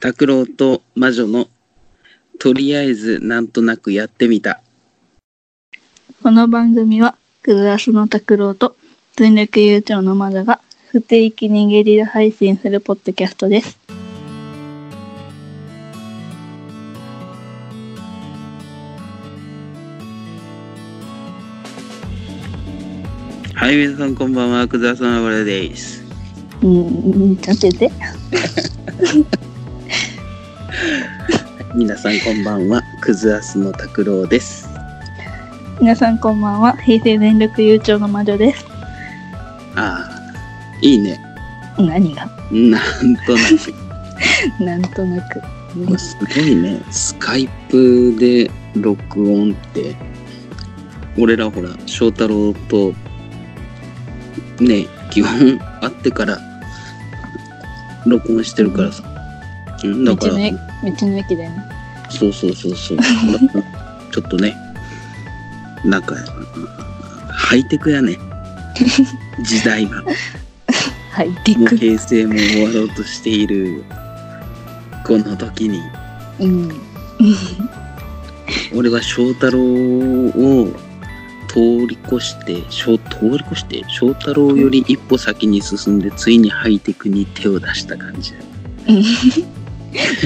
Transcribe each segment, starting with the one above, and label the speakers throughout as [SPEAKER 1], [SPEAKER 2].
[SPEAKER 1] 拓郎と魔女のとりあえずなんとなくやってみた
[SPEAKER 2] この番組は、クズラスの拓郎と、全力悠長の魔女が、不定期にゲリラ配信するポッドキャストです。
[SPEAKER 1] はい皆さんこんばんは久沢さんはれです
[SPEAKER 2] うーん、ちょっと待って。
[SPEAKER 1] 皆さんこんばんはクズアスの拓郎です
[SPEAKER 2] 皆さんこんばんは。平成全力悠長の魔女です。
[SPEAKER 1] あーいいね
[SPEAKER 2] 何が
[SPEAKER 1] なんとなく
[SPEAKER 2] なんとなく。
[SPEAKER 1] も うすごいねスカイプで録音って俺らほら翔太郎とね基本会ってから録音してるからさ、うん、だ
[SPEAKER 2] 道
[SPEAKER 1] から
[SPEAKER 2] の駅、道の駅だよね。
[SPEAKER 1] そうそうそうそう ちょっとねなんかハイテクやね時代がも
[SPEAKER 2] はい、ディ
[SPEAKER 1] う
[SPEAKER 2] ック。
[SPEAKER 1] 平成も終わろうとしているこの時に
[SPEAKER 2] うん。
[SPEAKER 1] 俺は翔太郎を通り越して翔通り越して翔太郎より一歩先に進んでついにハイテクに手を出した感じ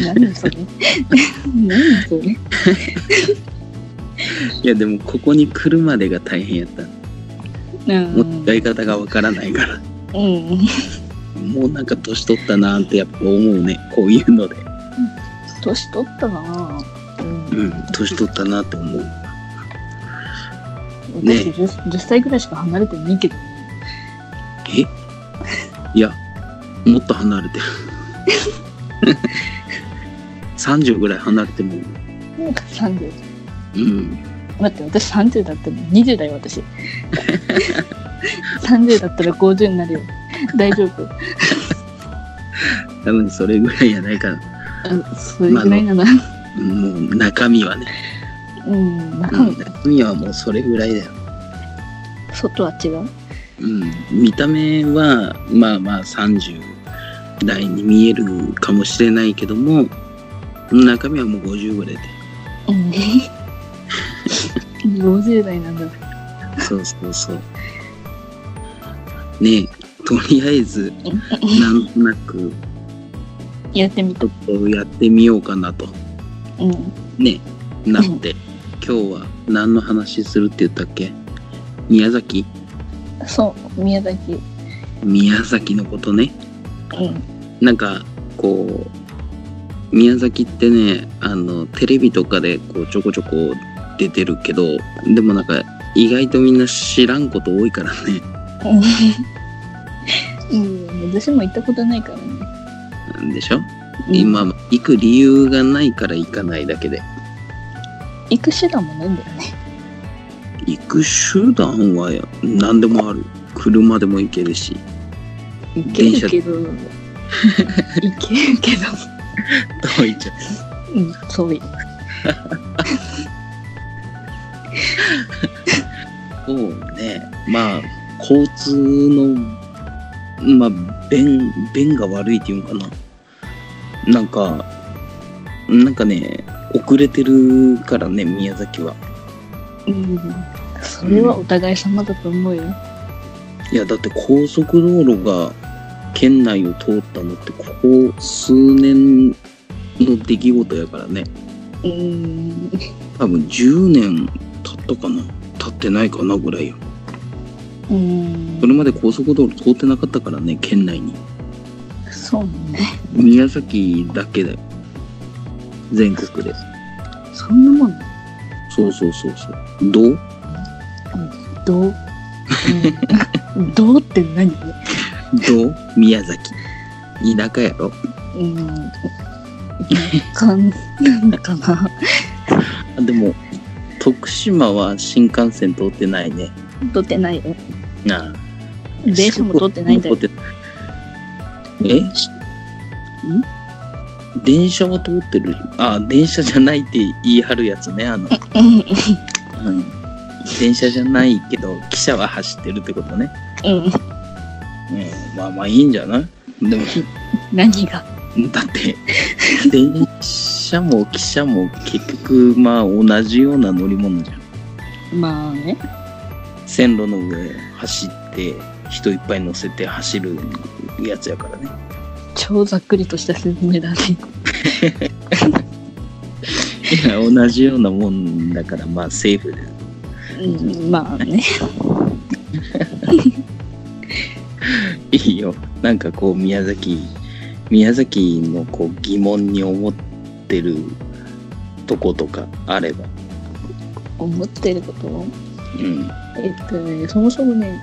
[SPEAKER 2] 何それ何それ
[SPEAKER 1] いやでもここに来るまでが大変やった
[SPEAKER 2] うん。
[SPEAKER 1] もうやり方がわからないから
[SPEAKER 2] うん。
[SPEAKER 1] もうなんか年取ったなーってやっぱ思うねこういうので
[SPEAKER 2] 年取ったなぁ。うん
[SPEAKER 1] うん年取ったなって思うね
[SPEAKER 2] 私 10, 10歳ぐらいしか離れてないけど
[SPEAKER 1] えいやもっと離れてる 30ぐらい離れても
[SPEAKER 2] 30
[SPEAKER 1] うん
[SPEAKER 2] 待って私30だったの20だよ私 30だったら50になるよ大丈夫
[SPEAKER 1] 多分それぐらいやないから
[SPEAKER 2] あそういうぐらいなら、
[SPEAKER 1] もう中身はね、
[SPEAKER 2] うん中
[SPEAKER 1] う
[SPEAKER 2] 身
[SPEAKER 1] ん、中身はもうそれぐらいだよ、
[SPEAKER 2] 外は違う
[SPEAKER 1] うん、見た目はまあまあ30代に見えるかもしれないけども中身はもう50ぐらいで
[SPEAKER 2] うん50代なんだ
[SPEAKER 1] そうそうそう。ねえ、とりあえず、なんとなく、
[SPEAKER 2] やってみ
[SPEAKER 1] ち
[SPEAKER 2] た
[SPEAKER 1] ょっとやってみようかなと、
[SPEAKER 2] うん
[SPEAKER 1] ねえ、なって、今日は何の話するって言ったっけ宮崎
[SPEAKER 2] そう宮崎
[SPEAKER 1] 宮崎のことね。
[SPEAKER 2] うん
[SPEAKER 1] なんか、こう、宮崎ってね、あの、テレビとかでこうちょこちょこ出てるけど、でもなんか、意外とみんな知らんこと多いからね。
[SPEAKER 2] うん私も行ったことないからね、
[SPEAKER 1] でしょ
[SPEAKER 2] うん
[SPEAKER 1] 今行く理由がないから行かないだけで
[SPEAKER 2] 行く手段もないんだよね
[SPEAKER 1] 行く手段は何でもある車でも行ける し
[SPEAKER 2] 行けるけど 行けるけど
[SPEAKER 1] 遠いじゃん
[SPEAKER 2] うん、そうい。
[SPEAKER 1] そうねまあ交通のまあ便便が悪いっていうのかななんかなんかね遅れてるからね宮崎は
[SPEAKER 2] うん。それはお互い様だと思うよ。
[SPEAKER 1] いやだって高速道路が県内を通ったのってここ数年の出来事やからね
[SPEAKER 2] うん。
[SPEAKER 1] 多分10年経ったかな経ってないかなぐらいよ
[SPEAKER 2] うん
[SPEAKER 1] そ。れまで高速道路通ってなかったからね県内に
[SPEAKER 2] そうね。
[SPEAKER 1] 宮崎だけだよ全国で
[SPEAKER 2] そんなもん
[SPEAKER 1] そうそうそうそうどう
[SPEAKER 2] ど う、うん、どうって何
[SPEAKER 1] どう宮崎田舎やろ
[SPEAKER 2] うん。かん、なんかな。
[SPEAKER 1] あでも徳島は新幹線通ってないね
[SPEAKER 2] 撮ってないよ。
[SPEAKER 1] なあ
[SPEAKER 2] 電車も撮ってないんだよ。
[SPEAKER 1] 通ってえん電車は通ってるあ電車じゃないって言い張るやつねあの
[SPEAKER 2] うん。
[SPEAKER 1] うん、電車じゃないけど汽車は走ってるってことね、
[SPEAKER 2] うん。
[SPEAKER 1] うん、まあまあいいんじゃないでも
[SPEAKER 2] 何が
[SPEAKER 1] だって、電車も汽車も結局、まあ同じような乗り物じゃん。
[SPEAKER 2] まあね。
[SPEAKER 1] 線路の上走って、人いっぱい乗せて走るやつやからね。
[SPEAKER 2] 超ざっくりとした説明だね。
[SPEAKER 1] い や、同じようなもんだから、まあセーフで。
[SPEAKER 2] うん、まあね。
[SPEAKER 1] いいよ。なんかこう、宮崎、宮崎のこう疑問に思ってるとことかあれば。
[SPEAKER 2] 思ってること
[SPEAKER 1] うん。
[SPEAKER 2] えっとね、そもそもね、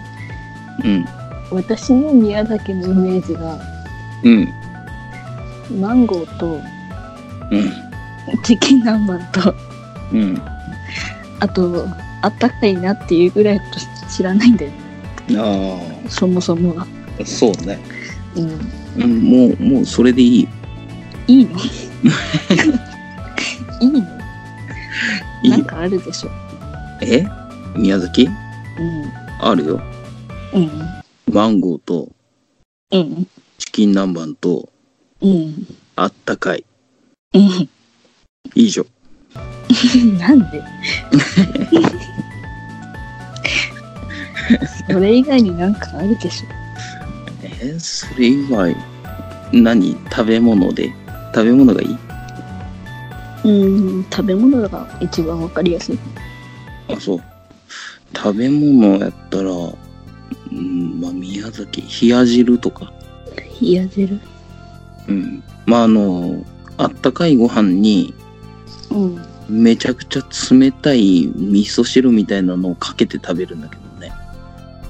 [SPEAKER 1] うん。
[SPEAKER 2] 私の宮崎のイメージが、
[SPEAKER 1] うん。
[SPEAKER 2] マンゴーと、
[SPEAKER 1] うん。
[SPEAKER 2] チキン南蛮と、
[SPEAKER 1] うん。
[SPEAKER 2] あと、あったかいなっていうぐらいとし知らないんだよね。
[SPEAKER 1] あ
[SPEAKER 2] そもそもが。
[SPEAKER 1] あ、そうね。
[SPEAKER 2] うん。
[SPEAKER 1] うん、もう、もうそれでいい。
[SPEAKER 2] いいのいい
[SPEAKER 1] い
[SPEAKER 2] の
[SPEAKER 1] い
[SPEAKER 2] なん
[SPEAKER 1] よ。
[SPEAKER 2] かあるでしょ。
[SPEAKER 1] え宮崎あるよ。
[SPEAKER 2] うん。うん。
[SPEAKER 1] マンゴーと、
[SPEAKER 2] うん。
[SPEAKER 1] チキン南蛮と、
[SPEAKER 2] うん。
[SPEAKER 1] あったかい。
[SPEAKER 2] うん。
[SPEAKER 1] 以上。
[SPEAKER 2] なん でそれ以外になんかあるでし
[SPEAKER 1] えーそれ以外、何食べ物で食べ物がいい
[SPEAKER 2] ょ。うん。食べ物が一番わかりやすい。
[SPEAKER 1] あ、そう。食べ物やったら、うん、まあ、宮崎、冷や汁とか。
[SPEAKER 2] 冷や汁。
[SPEAKER 1] うん。まあ、あの、あったかいご飯に、
[SPEAKER 2] うん。
[SPEAKER 1] めちゃくちゃ冷たい味噌汁みたいなのをかけて食べるんだけどね。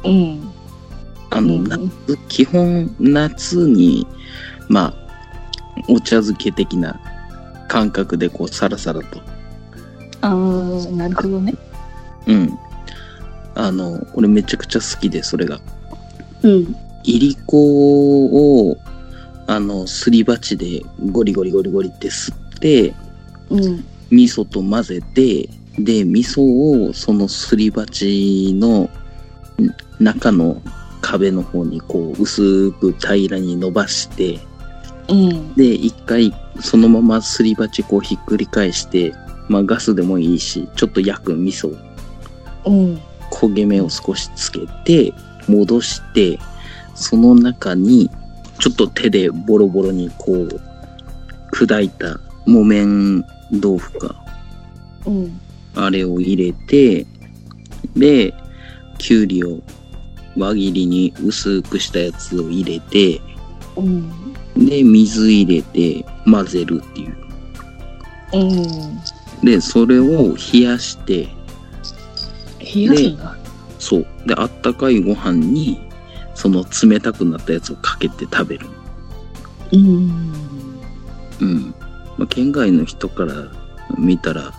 [SPEAKER 2] うん。
[SPEAKER 1] あの、
[SPEAKER 2] うん
[SPEAKER 1] 夏、基本、夏に、まあ、お茶漬け的な感覚で、こう、サラサラと。
[SPEAKER 2] あー、なるほどね。
[SPEAKER 1] うん。あの、俺めちゃくちゃ好きで、それが。
[SPEAKER 2] うん。
[SPEAKER 1] いりこを、あの、すり鉢でゴリゴリゴリゴリって吸って、
[SPEAKER 2] うん。
[SPEAKER 1] 味噌と混ぜて、で、味噌をそのすり鉢のん中の壁の方にこう薄く平らに伸ばして、
[SPEAKER 2] うん。
[SPEAKER 1] で、一回そのまますり鉢こうひっくり返して、まあガスでもいいし、ちょっと焼く味噌、
[SPEAKER 2] うん。
[SPEAKER 1] 焦げ目を少しつけて、戻して、その中にちょっと手でボロボロにこう砕いた木綿豆腐か、
[SPEAKER 2] うん。
[SPEAKER 1] あれを入れて、で、きゅうりを輪切りに薄くしたやつを入れて、
[SPEAKER 2] うん。
[SPEAKER 1] で、水入れて混ぜるっていう。
[SPEAKER 2] うん。
[SPEAKER 1] で、それを冷やして、
[SPEAKER 2] 冷やすんだ。
[SPEAKER 1] そう。で、あったかいご飯に、その冷たくなったやつをかけて食べる。
[SPEAKER 2] うん。
[SPEAKER 1] うん。まあ、県外の人から見たら、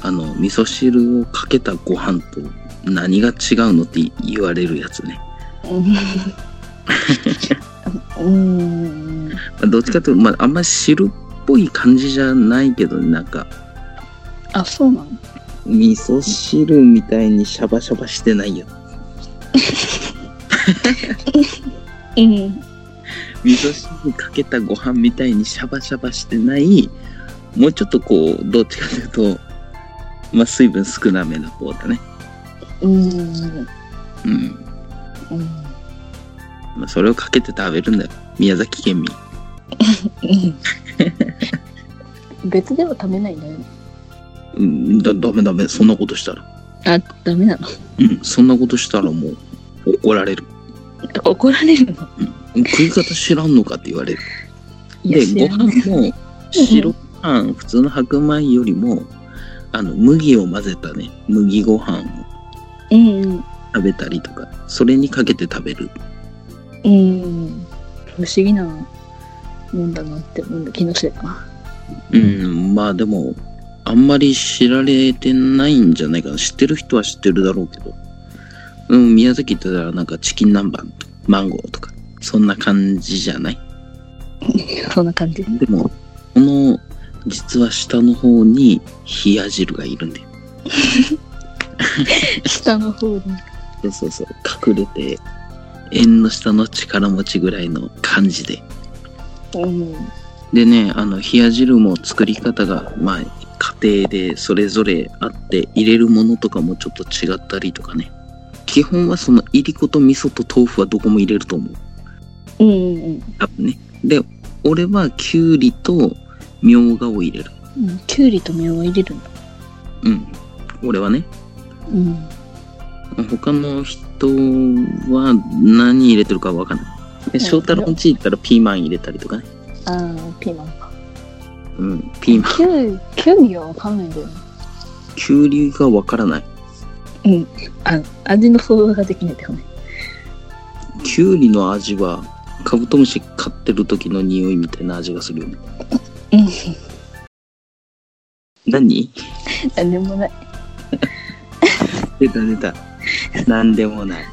[SPEAKER 1] あの、味噌汁をかけたご飯と何が違うのって言われるやつね。
[SPEAKER 2] うん。
[SPEAKER 1] どっちかというと、まあ、あんまり汁っぽい感じじゃないけど、なんか、
[SPEAKER 2] あ、そうなの
[SPEAKER 1] 味噌汁みたいにシャバシャバしてないよ。
[SPEAKER 2] うん。
[SPEAKER 1] 味噌汁かけたご飯みたいにシャバシャバしてない、もうちょっとこう、どっちかというと、まあ、水分少なめな方だね。
[SPEAKER 2] うん。
[SPEAKER 1] うん。
[SPEAKER 2] うん。
[SPEAKER 1] まあ、それをかけて食べるんだよ。宮崎県民。
[SPEAKER 2] 別では食べないんだよね。
[SPEAKER 1] うん、だ、ダメダメ。そんなことしたら。
[SPEAKER 2] あ、ダメなの。
[SPEAKER 1] うん、そんなことしたらもう、怒られる。
[SPEAKER 2] 怒られるの
[SPEAKER 1] 食い方知らんのかって言われる。
[SPEAKER 2] い
[SPEAKER 1] で
[SPEAKER 2] や、知
[SPEAKER 1] ご
[SPEAKER 2] らない。
[SPEAKER 1] 飯も白ご飯普通の白米よりもあの麦を混ぜたね麦ご飯を
[SPEAKER 2] うん。
[SPEAKER 1] 食べたりとかそれにかけて食べる
[SPEAKER 2] うん。不思議なもんだなって思うんだ。気のせいかな。
[SPEAKER 1] うんまあでもあんまり知られてないんじゃないかな知ってる人は知ってるだろうけど、うん、宮崎って言ったらなんかチキン南蛮とマンゴーとかそんな感じじゃない
[SPEAKER 2] そんな感じ。
[SPEAKER 1] でもこの実は下の方に冷や汁がいるんだよ
[SPEAKER 2] 下の方に。
[SPEAKER 1] そうそうそう、隠れて、縁の下の力持ちぐらいの感じで。
[SPEAKER 2] うん。
[SPEAKER 1] でね、あの、冷や汁も作り方が、まあ、家庭でそれぞれあって、入れるものとかもちょっと違ったりとかね。基本はその、いりこと味噌と豆腐はどこも入れると思う。
[SPEAKER 2] うんうん
[SPEAKER 1] 多分ね。で、俺はきゅうりとみょうがを入れる。
[SPEAKER 2] うん。うん。きゅうりとみょうが入れるんだ。
[SPEAKER 1] うん。俺はね。
[SPEAKER 2] うん。
[SPEAKER 1] 他の人は何入れてるかわかんない。で、
[SPEAKER 2] うん
[SPEAKER 1] 翔太郎んち行ったらピーマン入れたりとかね。
[SPEAKER 2] ああ、ピーマンか。
[SPEAKER 1] うん。ピーマン。
[SPEAKER 2] きゅう、きゅうりはわかんないんだよね。
[SPEAKER 1] きゅうりがわからない。
[SPEAKER 2] あ、味の想像ができないってね。
[SPEAKER 1] きゅうりの味はカブトムシ飼ってる時の匂いみたいな味がするよね
[SPEAKER 2] うん。
[SPEAKER 1] 何
[SPEAKER 2] 何でもない。
[SPEAKER 1] 出た出た何でもない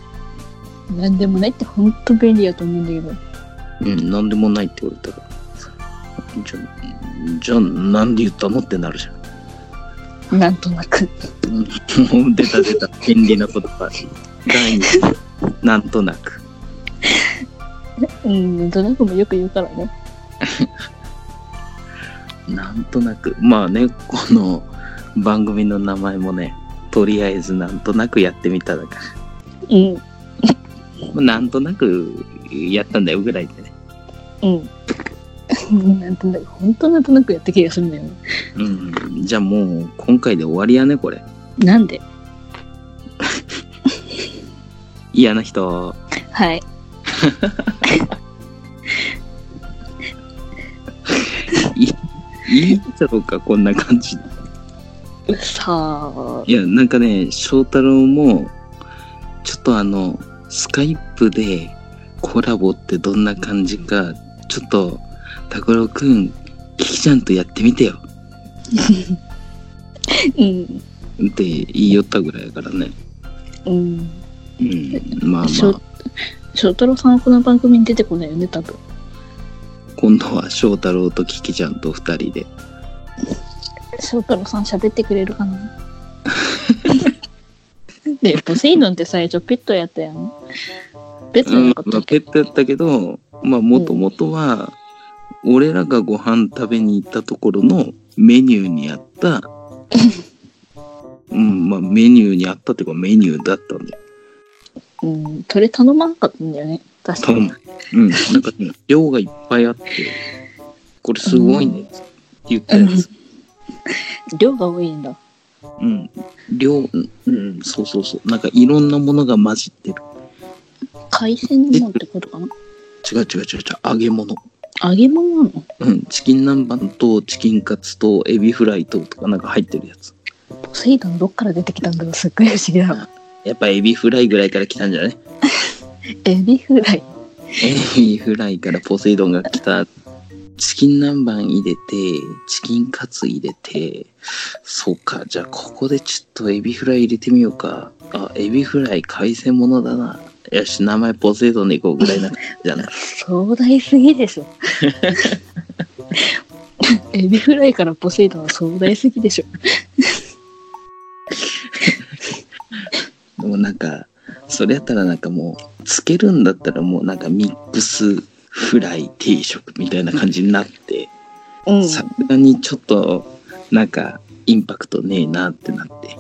[SPEAKER 2] 何でもないって本当便利やと思うんだけ
[SPEAKER 1] うん何でもないって言われたらじゃじゃあなんで言ったのってなるじゃん
[SPEAKER 2] ど。なんとなく。
[SPEAKER 1] も う出た出た便利な言葉第2なんとなく
[SPEAKER 2] うん、なんとなくもよく言うからね。
[SPEAKER 1] なんとなくまあねこの番組の名前もねとりあえずなんとなくやってみただか
[SPEAKER 2] うん。
[SPEAKER 1] らまあなんとなくやったんだよぐらいでね
[SPEAKER 2] うん。 なんとなく、本当なんとなくやった気がするんだよね。
[SPEAKER 1] うん、じゃあもう今回で終わりやねこれ
[SPEAKER 2] なんで
[SPEAKER 1] 嫌な人
[SPEAKER 2] はい。
[SPEAKER 1] いいだろうかこんな感じ
[SPEAKER 2] さあ。
[SPEAKER 1] いやなんかね翔太郎もちょっとあのスカイプでコラボってどんな感じかちょっと拓郎くんキキちゃんとやってみてよ
[SPEAKER 2] うん。
[SPEAKER 1] って言いよったぐらいやからね
[SPEAKER 2] うん。
[SPEAKER 1] うんまあま
[SPEAKER 2] 翔
[SPEAKER 1] あ
[SPEAKER 2] 翔太郎さんはこの番組に出てこないよね、多分。
[SPEAKER 1] 今度は翔太郎とキキちゃんと二人で
[SPEAKER 2] 翔太郎さん喋ってくれるかなで、ポセイドンって最初ペットやったやん。ペット
[SPEAKER 1] うん
[SPEAKER 2] の
[SPEAKER 1] ま
[SPEAKER 2] こと
[SPEAKER 1] あ、ペットやったけど、まあ、もともとは、俺らがご飯食べに行ったところのメニューにあった、うん、まあ、メニューにあったっていうか、メニューだったんだよ。
[SPEAKER 2] うん、鳥頼まんかったんだよね。確か
[SPEAKER 1] 多分
[SPEAKER 2] に。
[SPEAKER 1] うん、なんかね、量がいっぱいあって、これすごいね、って言ったやつ。
[SPEAKER 2] 量が多いんだ。
[SPEAKER 1] うん、量、うん、うんそうそうそう。なんかいろんなものが混じってる。
[SPEAKER 2] 海鮮のもんってことかな
[SPEAKER 1] 違う違う違う違う、揚げ物。
[SPEAKER 2] 揚げ物なの
[SPEAKER 1] うん、チキン南蛮とチキンカツとエビフライととかなんか入ってるやつ。
[SPEAKER 2] ポセイドンどっから出てきたんだろうすっごい不思議だわ。
[SPEAKER 1] やっぱエビフライぐらいから来たんじゃない
[SPEAKER 2] エビフライ。
[SPEAKER 1] エビフライからポセイドンが来た。チキン南蛮入れて、チキンカツ入れて、そうか、じゃあここでちょっとエビフライ入れてみようか。あ、エビフライ海鮮ものだな。よし、名前ポセイドンでいこうぐらいな感じじゃない。
[SPEAKER 2] 壮大すぎでし ょ。エビフライからポセイドンは壮大すぎでしょ。
[SPEAKER 1] でもなんか、それやったらなんかもう、つけるんだったらもうなんかミックスフライ定食みたいな感じになって、
[SPEAKER 2] うん
[SPEAKER 1] さすがにちょっとなんかインパクトねえなってなって。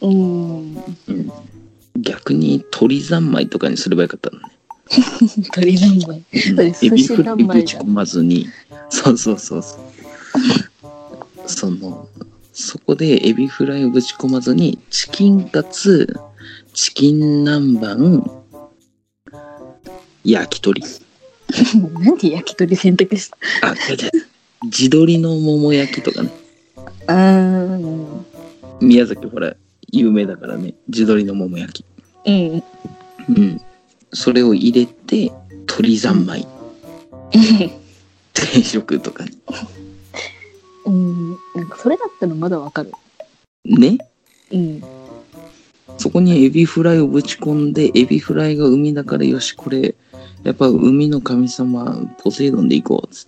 [SPEAKER 2] うん。
[SPEAKER 1] うん逆に鶏三昧とかにすればよかったのね。
[SPEAKER 2] 鳥なん ご
[SPEAKER 1] う
[SPEAKER 2] い。
[SPEAKER 1] ん
[SPEAKER 2] 寿司
[SPEAKER 1] エビフラ
[SPEAKER 2] 三
[SPEAKER 1] イ
[SPEAKER 2] 昧
[SPEAKER 1] ぶ
[SPEAKER 2] じ
[SPEAKER 1] ち
[SPEAKER 2] ゃん
[SPEAKER 1] 込まずに。そうそうそうそう。その、そこでエビフライをぶち込まずに、チキンカツ、チキン南蛮、焼き鳥。
[SPEAKER 2] なんで焼き鳥選択した
[SPEAKER 1] あ、違う違う。地鶏の桃焼きとかね。
[SPEAKER 2] うん。
[SPEAKER 1] 宮崎ほら、有名だからね。地鶏の桃焼き。
[SPEAKER 2] うん。
[SPEAKER 1] うん。それを入れて、鶏三昧定食とかに
[SPEAKER 2] うん。なんかそれだったらまだわかる。
[SPEAKER 1] ね
[SPEAKER 2] うん。
[SPEAKER 1] そこにエビフライをぶち込んでエビフライが海だからよしこれやっぱ海の神様ポセイドンで行こうっつ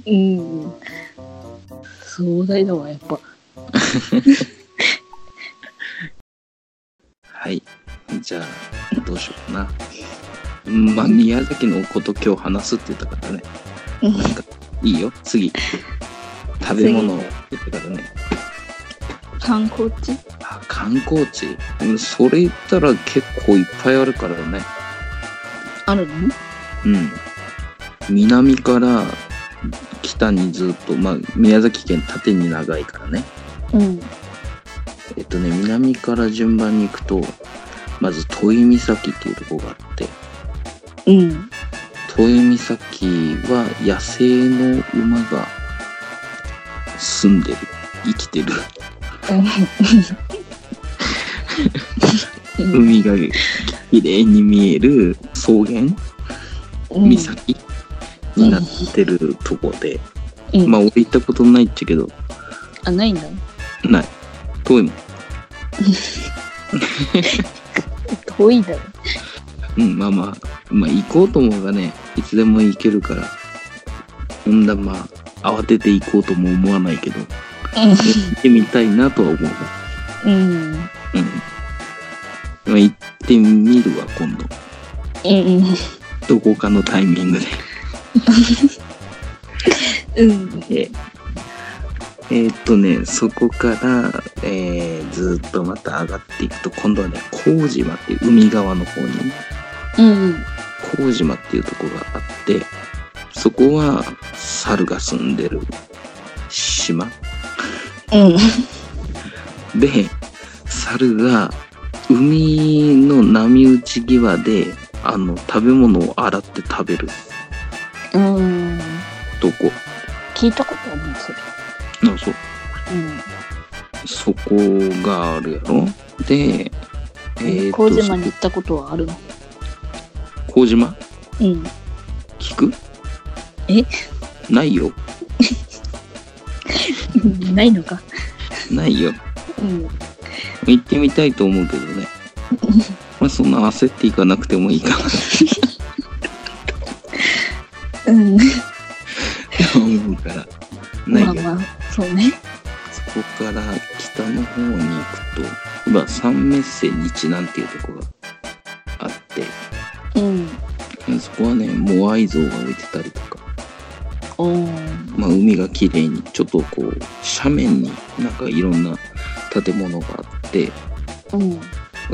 [SPEAKER 1] って
[SPEAKER 2] うん。壮大だわ、やっぱ。
[SPEAKER 1] はいじゃあどうしようかなまあ、宮崎のこと今日話すって言ったからね。
[SPEAKER 2] うん
[SPEAKER 1] なんか、いいよ、次。食べ物を言ったからね。
[SPEAKER 2] 観光地
[SPEAKER 1] あ観光地。うんそれ言ったら結構いっぱいあるからね。
[SPEAKER 2] あるの
[SPEAKER 1] うん。南から北にずっと、まあ、宮崎県縦に長いからね。
[SPEAKER 2] うん。
[SPEAKER 1] えっとね、南から順番に行くと、まず、都井岬っていうとこがあって、
[SPEAKER 2] うん。
[SPEAKER 1] 都井岬は野生の馬が住んでる。生き てる。海が綺麗に見える草原
[SPEAKER 2] うん。
[SPEAKER 1] 岬になってるとこで、
[SPEAKER 2] うん
[SPEAKER 1] まあ俺行ったことないっちゃけど
[SPEAKER 2] あ、ないんだ。
[SPEAKER 1] ない遠いもん
[SPEAKER 2] 遠いだろ。
[SPEAKER 1] うんまあまあまあ行こうと思えばねいつでも行けるからそんなまあ慌てて行こうとも思わないけど行ってみたいなとは思う
[SPEAKER 2] うん。うん。
[SPEAKER 1] うん、まあ、行ってみるわ今度
[SPEAKER 2] うん。
[SPEAKER 1] どこかのタイミングで
[SPEAKER 2] うん。
[SPEAKER 1] でえーっとねそこから、えーずーっとまた上がっていくと今度はね麹島っていう海側の方に
[SPEAKER 2] うん。
[SPEAKER 1] 麹島っていうとこがあってそこは猿が住んでる島
[SPEAKER 2] うん。
[SPEAKER 1] で猿が海の波打ち際であの食べ物を洗って食べる
[SPEAKER 2] うん。
[SPEAKER 1] とこ
[SPEAKER 2] 聞いたことあるそれ。
[SPEAKER 1] なそうそこがあるやろで
[SPEAKER 2] うん。
[SPEAKER 1] ー
[SPEAKER 2] 小島に行ったことはあるの
[SPEAKER 1] 麹島
[SPEAKER 2] うん。
[SPEAKER 1] 聞く
[SPEAKER 2] え
[SPEAKER 1] ないよ
[SPEAKER 2] うんないのか。
[SPEAKER 1] ないよ
[SPEAKER 2] うん。
[SPEAKER 1] 行ってみたいと思うけどね まあそんな焦っていかなくてもいいかな
[SPEAKER 2] うん。
[SPEAKER 1] と思うからない
[SPEAKER 2] ま
[SPEAKER 1] よ、
[SPEAKER 2] あまあ、そうね。
[SPEAKER 1] そこから北の方に行くとまあ三メッセ日なんていうとこがあっ
[SPEAKER 2] うん。
[SPEAKER 1] てそこはねモアイ像が置いてたりとか、
[SPEAKER 2] おお。
[SPEAKER 1] まあ、海が綺麗にちょっとこう斜面になんかいろんな建物があって
[SPEAKER 2] うん。
[SPEAKER 1] ま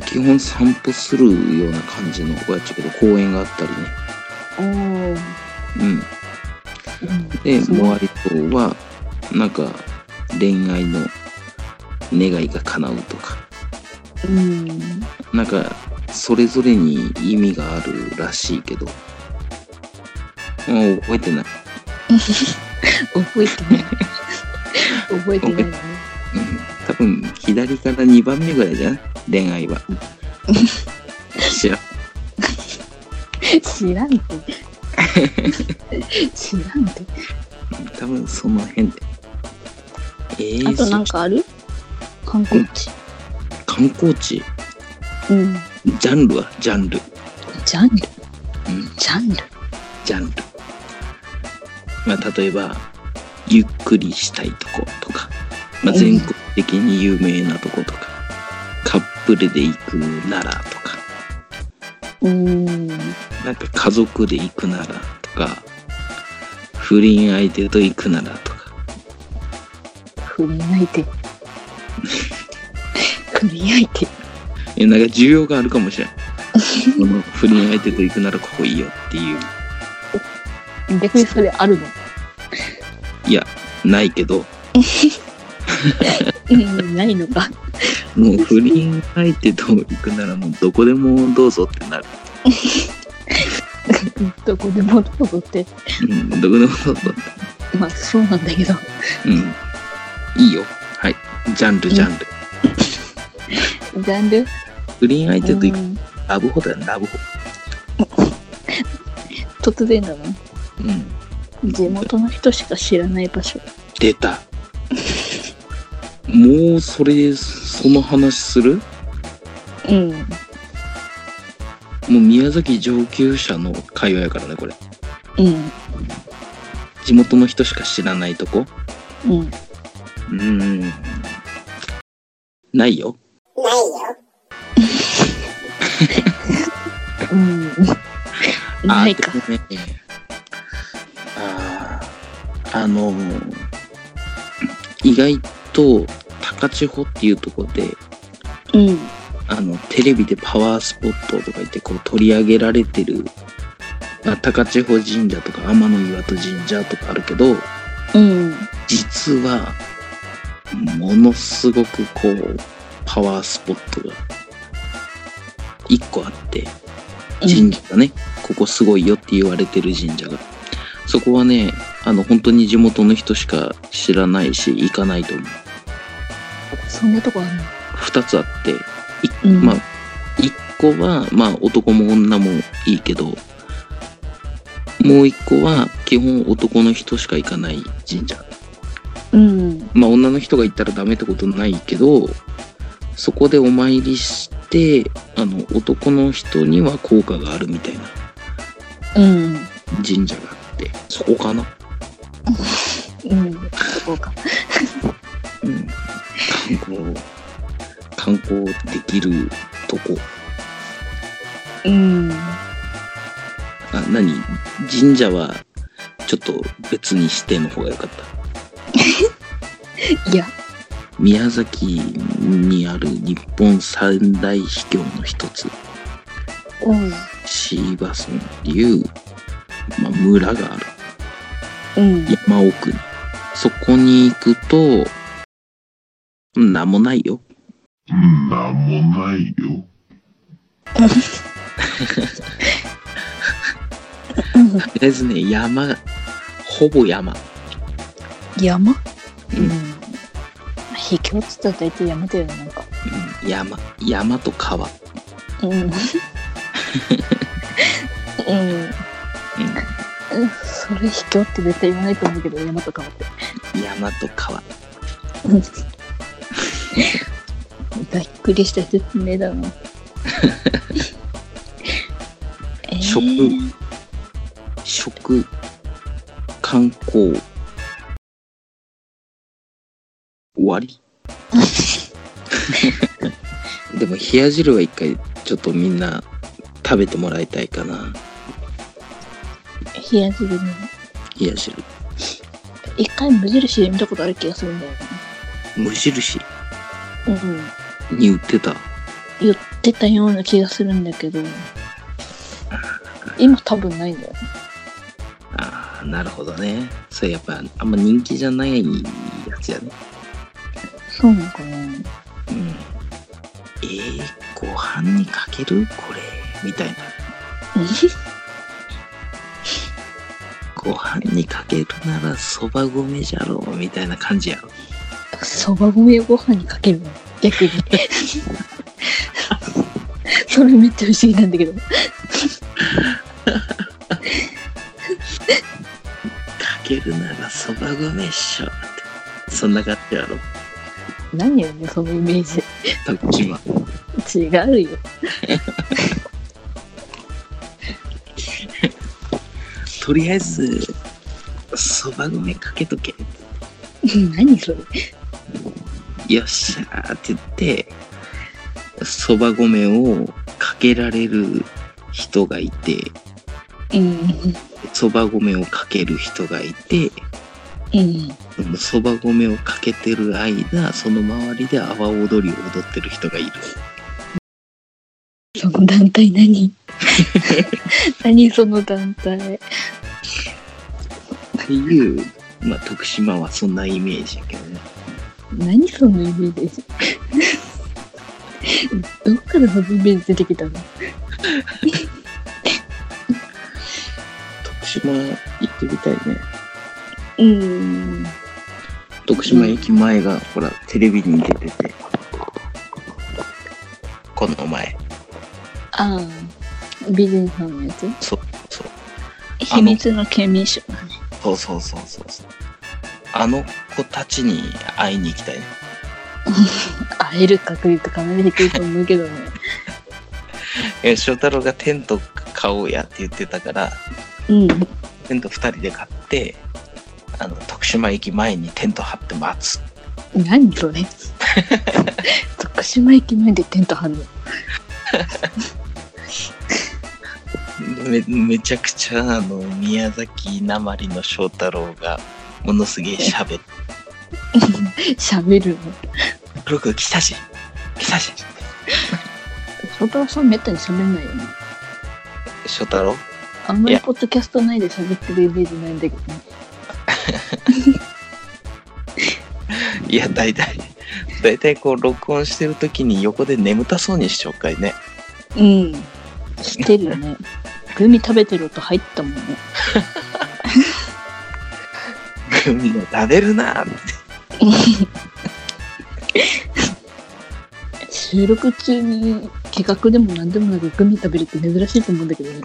[SPEAKER 1] あ基本散歩するような感じのこうやっちゃうけど公園があったりね
[SPEAKER 2] おお。
[SPEAKER 1] うんで、モアイ島は、なんか、恋愛の願いが叶うとか、
[SPEAKER 2] うん。
[SPEAKER 1] なんか、それぞれに意味があるらしいけど、もう覚えてない。
[SPEAKER 2] 覚えてない。覚えてないわね。
[SPEAKER 1] うん、多分、左から2番目ぐらいじゃん恋愛は。知らん。
[SPEAKER 2] 知らんて。知らんて。
[SPEAKER 1] 多分、その辺で。えー、
[SPEAKER 2] あとなんかある観光地。
[SPEAKER 1] そ観光地
[SPEAKER 2] うん。
[SPEAKER 1] ジャンルはジャンル。
[SPEAKER 2] ジャンル
[SPEAKER 1] うん
[SPEAKER 2] ジャンル
[SPEAKER 1] ジャンル。まあ、例えば、ゆっくりしたいとことか、まあ、
[SPEAKER 2] うん
[SPEAKER 1] 全国的に有名なとことか、カップルで行くならとか、
[SPEAKER 2] うーん。
[SPEAKER 1] なんか家族で行くならとか、不倫相手と行くならとか、
[SPEAKER 2] 不倫相手。不倫相手。
[SPEAKER 1] えなんか需要があるかもしれん。この不倫相手と行くならここいいよっていう。
[SPEAKER 2] 逆にそれあるの
[SPEAKER 1] いや、ないけど、
[SPEAKER 2] うん、ないのか。
[SPEAKER 1] もう不倫相手と行くならもうどこでもどうぞってなる。
[SPEAKER 2] どこでもどうぞって。
[SPEAKER 1] うん、どこでもどうぞ。
[SPEAKER 2] まあ、そうなんだけど。
[SPEAKER 1] うん。いいよ。はい。ジャンル、ジャンル。
[SPEAKER 2] ジャンル
[SPEAKER 1] 不倫相手と行く、
[SPEAKER 2] うん
[SPEAKER 1] ラブホだよ、ラブホ。
[SPEAKER 2] 突然だな。
[SPEAKER 1] うん。
[SPEAKER 2] 地元の人しか知らない場所。
[SPEAKER 1] 出た。もう、それ、その話する
[SPEAKER 2] うん。
[SPEAKER 1] もう宮崎上級者の会話やからね、これ。
[SPEAKER 2] うん。
[SPEAKER 1] 地元の人しか知らないとこ。
[SPEAKER 2] うん。
[SPEAKER 1] うーん。ないよ。
[SPEAKER 2] うん。 ないか
[SPEAKER 1] あ。でもねあーあのー意外と高千穂っていうところで
[SPEAKER 2] うん。
[SPEAKER 1] あのテレビでパワースポットとか言ってこう取り上げられてる、まあ、高千穂神社とか天の岩戸神社とかあるけど
[SPEAKER 2] うん。
[SPEAKER 1] 実はものすごくこうパワースポットが1個あって神社がね、ここすごいよって言われてる神社がそこはねあの本当に地元の人しか知らないし行かないと思う
[SPEAKER 2] そんなとこあるの
[SPEAKER 1] 2つあって、い
[SPEAKER 2] うん
[SPEAKER 1] まあ1個はまあ男も女もいいけどもう1個は基本男の人しか行かない神社
[SPEAKER 2] うん。
[SPEAKER 1] まあ女の人が行ったらダメってことないけどそこでお参りしてあの男の人には効果があるみたいな
[SPEAKER 2] うん。
[SPEAKER 1] 神社があってそこかな
[SPEAKER 2] うん。そうか。
[SPEAKER 1] うん観光観光できるとこ
[SPEAKER 2] うん。
[SPEAKER 1] あ何神社はちょっと別にしての方が良かった
[SPEAKER 2] いや。
[SPEAKER 1] 宮崎にある日本三大秘境の一つ
[SPEAKER 2] うん。
[SPEAKER 1] 椎葉村っていう、まあ、村がある
[SPEAKER 2] うん。
[SPEAKER 1] 山奥にそこに行くとなんもないよ
[SPEAKER 3] なんもないよ。
[SPEAKER 1] とりあえずね山ほぼ山
[SPEAKER 2] 山うん
[SPEAKER 1] ん。
[SPEAKER 2] 秘境っつったら大体山だよね、なんか。
[SPEAKER 1] うん山山と川
[SPEAKER 2] うん。 うん。うんそれ秘境って絶対言わないと思うけど、山とかもって。
[SPEAKER 1] 山と川
[SPEAKER 2] ざっくりした説明だ な。えー
[SPEAKER 1] 食食観光終わ りでも冷や汁は一回ちょっとみんな食べてもらいたいかな
[SPEAKER 2] 冷や汁ね。
[SPEAKER 1] 冷や汁
[SPEAKER 2] 一回無印で見たことある気がするんだよね。
[SPEAKER 1] 無印
[SPEAKER 2] うん。
[SPEAKER 1] に売ってた
[SPEAKER 2] 言ってたような気がするんだけど、今多分ないんだよね。
[SPEAKER 1] ああなるほどねそれやっぱあんま人気じゃないやつやね
[SPEAKER 2] そうなのかな
[SPEAKER 1] うんえー、ご飯にかけるこれみたいなご飯にかけるならそば米じゃろうみたいな感じやろ
[SPEAKER 2] そば米をご飯にかけるの逆 に。それめっちゃ不思議なんだけど。
[SPEAKER 1] かけるならそば米っしょってそんな感じやろ
[SPEAKER 2] 何よね、そのイメー
[SPEAKER 1] 多分今
[SPEAKER 2] ジ。違うよ。
[SPEAKER 1] とりあえずそば米かけとけ
[SPEAKER 2] 何それ。
[SPEAKER 1] よっしゃーって言ってそば米をかけられる人がいて
[SPEAKER 2] うん。
[SPEAKER 1] そば米をかける人がいて
[SPEAKER 2] うん。
[SPEAKER 1] そば米をかけてる間その周りで阿波踊りを踊ってる人がいる
[SPEAKER 2] その団体何 何その団体。
[SPEAKER 1] っていう、まあ、徳島はそんなイメージやけどね
[SPEAKER 2] 何そのイメージ。どっからそのイメージ出てきたの
[SPEAKER 1] 徳島行ってみたいね
[SPEAKER 2] うん。
[SPEAKER 1] 徳島駅前が、ほらテレビに出ててこの前
[SPEAKER 2] ああ、美人さんのやつ
[SPEAKER 1] そうそう
[SPEAKER 2] 秘密の県民賞だね。
[SPEAKER 1] そうそうそうそうそうあの子たちに会いに行きたいね
[SPEAKER 2] 会える確率かなり低いと思うけどね。
[SPEAKER 1] え翔太郎がテント買おうやって言ってたから
[SPEAKER 2] うん。
[SPEAKER 1] テント2人で買ってあの徳島駅前にテント張って待つ
[SPEAKER 2] 何そ れ徳島駅前でテント張るの。
[SPEAKER 1] でめめちゃくちゃあの宮崎なまりの翔太郎がものすげえ喋って
[SPEAKER 2] 喋るの。
[SPEAKER 1] 「ロク来たし来たし」
[SPEAKER 2] 翔太郎さんめったに喋んないよね。
[SPEAKER 1] 翔太郎
[SPEAKER 2] あんま
[SPEAKER 1] い
[SPEAKER 2] り
[SPEAKER 1] や
[SPEAKER 2] ポッドキャスト内で喋ってるイメージないんだけどね。
[SPEAKER 1] いや大体大体こう録音してる時に横で眠たそうにしちゃうかいね
[SPEAKER 2] うん。してるよね。グミ食べてる音入ったもんね。
[SPEAKER 1] グミを食べるなーって
[SPEAKER 2] 収録中に企画でも何でもなくグミ食べるって珍しいと思うんだけどね。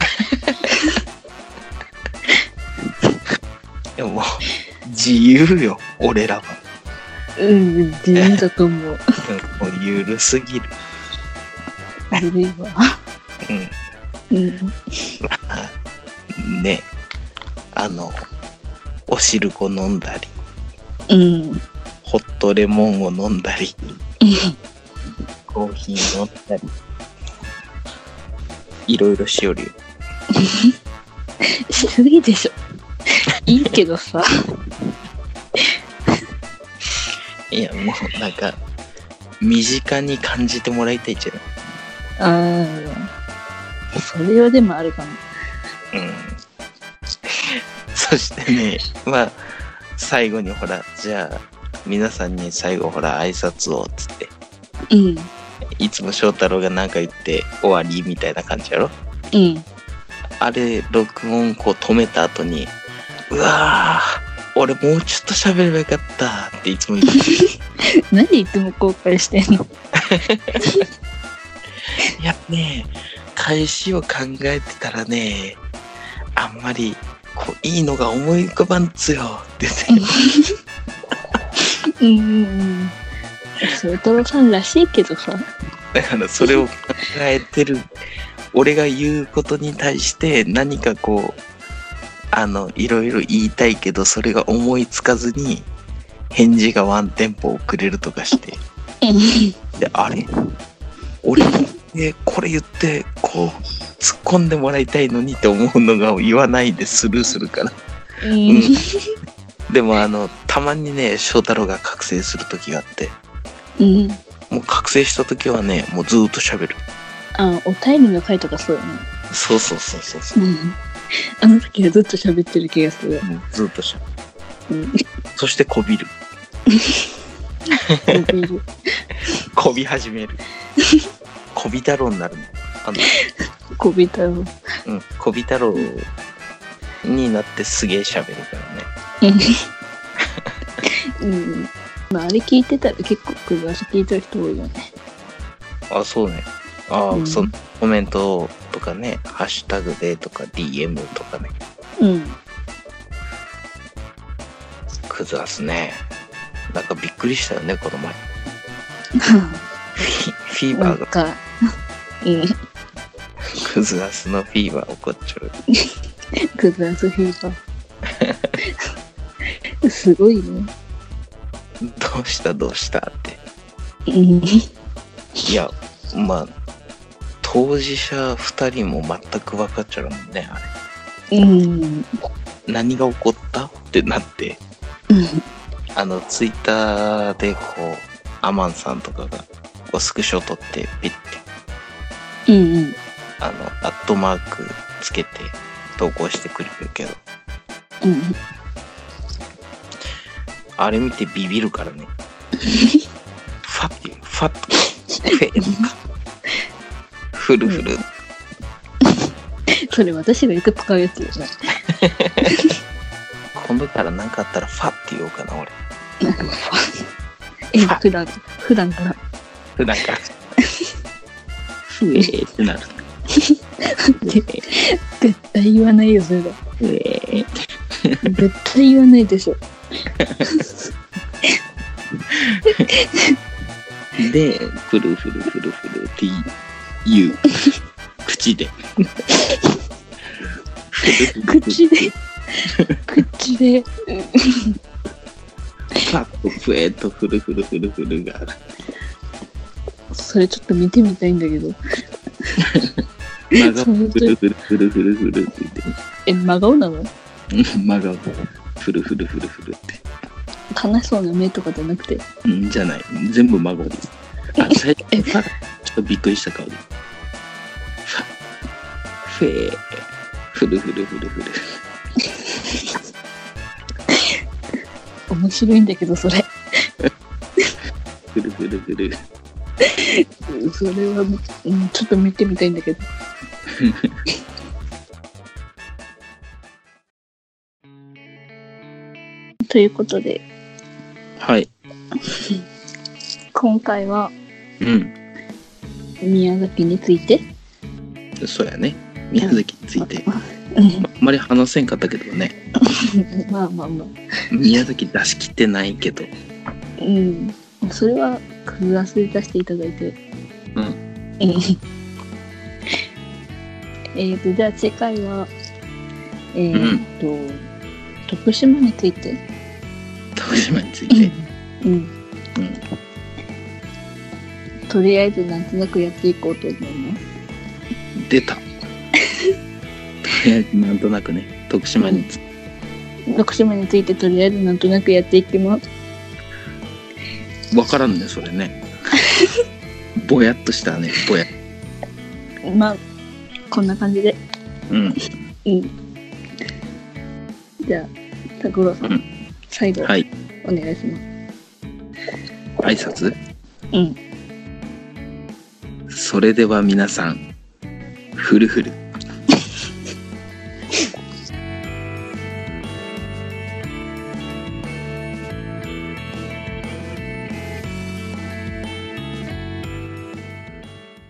[SPEAKER 1] でももう自由よ俺らは
[SPEAKER 2] うん、自由だと思う。
[SPEAKER 1] もうゆるすぎる
[SPEAKER 2] ずるいわ。うん。
[SPEAKER 1] うんねあのお汁粉飲んだり
[SPEAKER 2] うん。
[SPEAKER 1] ホットレモンを飲んだりコーヒー飲んだりいろいろしよるよ
[SPEAKER 2] しすぎでしょ。いいけどさ。
[SPEAKER 1] いやもうなんか身近に感じてもらいたいじゃ
[SPEAKER 2] ああ。それはでもあるかも。
[SPEAKER 1] ないうん そしてねまあ最後にほらじゃあ皆さんに最後ほら挨拶をっつって
[SPEAKER 2] うん。
[SPEAKER 1] いつも翔太郎が何か言って終わりみたいな感じやろ
[SPEAKER 2] うん。
[SPEAKER 1] あれ録音こう止めた後に「うわー俺もうちょっと喋ればよかった」っていつも言ってる
[SPEAKER 2] 何いつも後悔してんの
[SPEAKER 1] いやね返しを考えてたらねあんまりこういいのが思い浮かばんっつよって言って
[SPEAKER 2] うん。それ太郎さんらしいけどさ。
[SPEAKER 1] だからそれを考えてる俺が言うことに対して何かこうあのいろいろ言いたいけどそれが思いつかずに返事がワンテンポ遅れるとかしてであれ俺えこれ言ってこう突っ込んでもらいたいのにって思うのが言わないでスルーするから
[SPEAKER 2] う
[SPEAKER 1] うん
[SPEAKER 2] ん。
[SPEAKER 1] でもあのたまにね翔太郎が覚醒する時があって
[SPEAKER 2] うん。
[SPEAKER 1] もう覚醒した時はねもうずーっと喋る
[SPEAKER 2] あ、お便りの回とかそうよね。
[SPEAKER 1] そうそうそうそうそう
[SPEAKER 2] うん。あの時はずっと喋ってる気がする。
[SPEAKER 1] もうずーっと喋る
[SPEAKER 2] うん。
[SPEAKER 1] そしてこびる
[SPEAKER 2] ビール
[SPEAKER 1] こび始 めるこび太郎になるのあの、
[SPEAKER 2] こびたよ。
[SPEAKER 1] うん、こび太郎になってすげえ喋るからね
[SPEAKER 2] うん。まあ、あれ聞いてたら結構クラス聞いてる人多いよね。
[SPEAKER 1] あ、そうね。ああ、
[SPEAKER 2] うん
[SPEAKER 1] そのコメントとかね、ハッシュタグでとか DM とかね、
[SPEAKER 2] うん。
[SPEAKER 1] クズアスね。なんかびっくりしたよね、この前。フィフィー
[SPEAKER 2] な
[SPEAKER 1] バ
[SPEAKER 2] ん
[SPEAKER 1] ーが、
[SPEAKER 2] か、うん。
[SPEAKER 1] クズアスのフィーバー起こっちゃう。
[SPEAKER 2] クズアスフィーバー。 すごいね。
[SPEAKER 1] どうしたどうしたっ
[SPEAKER 2] うん。
[SPEAKER 1] て。いや、まあ、当事者2人も全く分かっちゃうもんね、あれ。
[SPEAKER 2] うん。
[SPEAKER 1] 何が起こったってなって、
[SPEAKER 2] うん
[SPEAKER 1] あの、ツイッターでこう、アマンさんとかが、こうスクショ撮って、ピッて
[SPEAKER 2] うん。
[SPEAKER 1] あの、アットマークつけて投稿してくれるけど、
[SPEAKER 2] うん。
[SPEAKER 1] あれ見てビビるから ね。ファッ、ファッ、フェか。フルフル。
[SPEAKER 2] それ私がよく使うやつよね。
[SPEAKER 1] 今度から何かあったらファって言おうかな、俺。
[SPEAKER 2] え、普段、普段から。
[SPEAKER 1] 普段から。ふ えーって なる。
[SPEAKER 2] 絶対言わないよ、それは。絶対言わないでしょ。
[SPEAKER 4] で、フルフルフルフルって 言う。口で。
[SPEAKER 2] 口で、口で、
[SPEAKER 4] パッとふえっとフルフルフルフルがある。
[SPEAKER 2] それちょっと見てみたいんだけど。
[SPEAKER 1] 真
[SPEAKER 2] そう
[SPEAKER 1] 顔
[SPEAKER 2] 本
[SPEAKER 1] フ
[SPEAKER 2] 当
[SPEAKER 1] ル
[SPEAKER 2] に
[SPEAKER 1] フルフルフルフルって言って
[SPEAKER 2] え、真顔なの
[SPEAKER 1] うん真顔フルフルフルフルって
[SPEAKER 2] 悲しそうな目とかじゃなくて。
[SPEAKER 1] うんじゃない全部孫ですあ最初
[SPEAKER 2] え
[SPEAKER 1] ちょっとびっくりした顔でフェーフルフルフルフル
[SPEAKER 2] 面白いんだけど、それ。
[SPEAKER 1] フルフルフル
[SPEAKER 2] それは、うんちょっと見てみたいんだけど。ということで、
[SPEAKER 5] はい。
[SPEAKER 2] 今回は
[SPEAKER 5] うん。
[SPEAKER 2] 宮崎について。
[SPEAKER 5] そうやね。宮崎について。
[SPEAKER 2] うん
[SPEAKER 5] あんまり話せんかったけどね。
[SPEAKER 2] まあまあまあ。
[SPEAKER 5] 宮崎出し切ってないけど。
[SPEAKER 2] うん。それは、くずらす出していただいて。
[SPEAKER 5] うん
[SPEAKER 2] うん。 えっと、じゃあ次回は、えっ、と、徳島について。
[SPEAKER 5] 徳島について。
[SPEAKER 2] うん。とりあえずなんとなくやっていこうと思います。
[SPEAKER 5] 出た。とりあえずなんとなくね、徳島について。
[SPEAKER 2] 徳島についてとりあえずなんとなくやっていきます。
[SPEAKER 5] わからんね、それね。ぼやっとしたね、ぼや。
[SPEAKER 2] まあ、こんな感じで。
[SPEAKER 5] うん。
[SPEAKER 2] うん。じゃあ、拓郎さん、
[SPEAKER 5] うん
[SPEAKER 2] 最後、
[SPEAKER 5] はい。
[SPEAKER 2] お願いします。
[SPEAKER 5] 挨拶
[SPEAKER 2] うん。
[SPEAKER 5] それでは皆さん、ふるふる。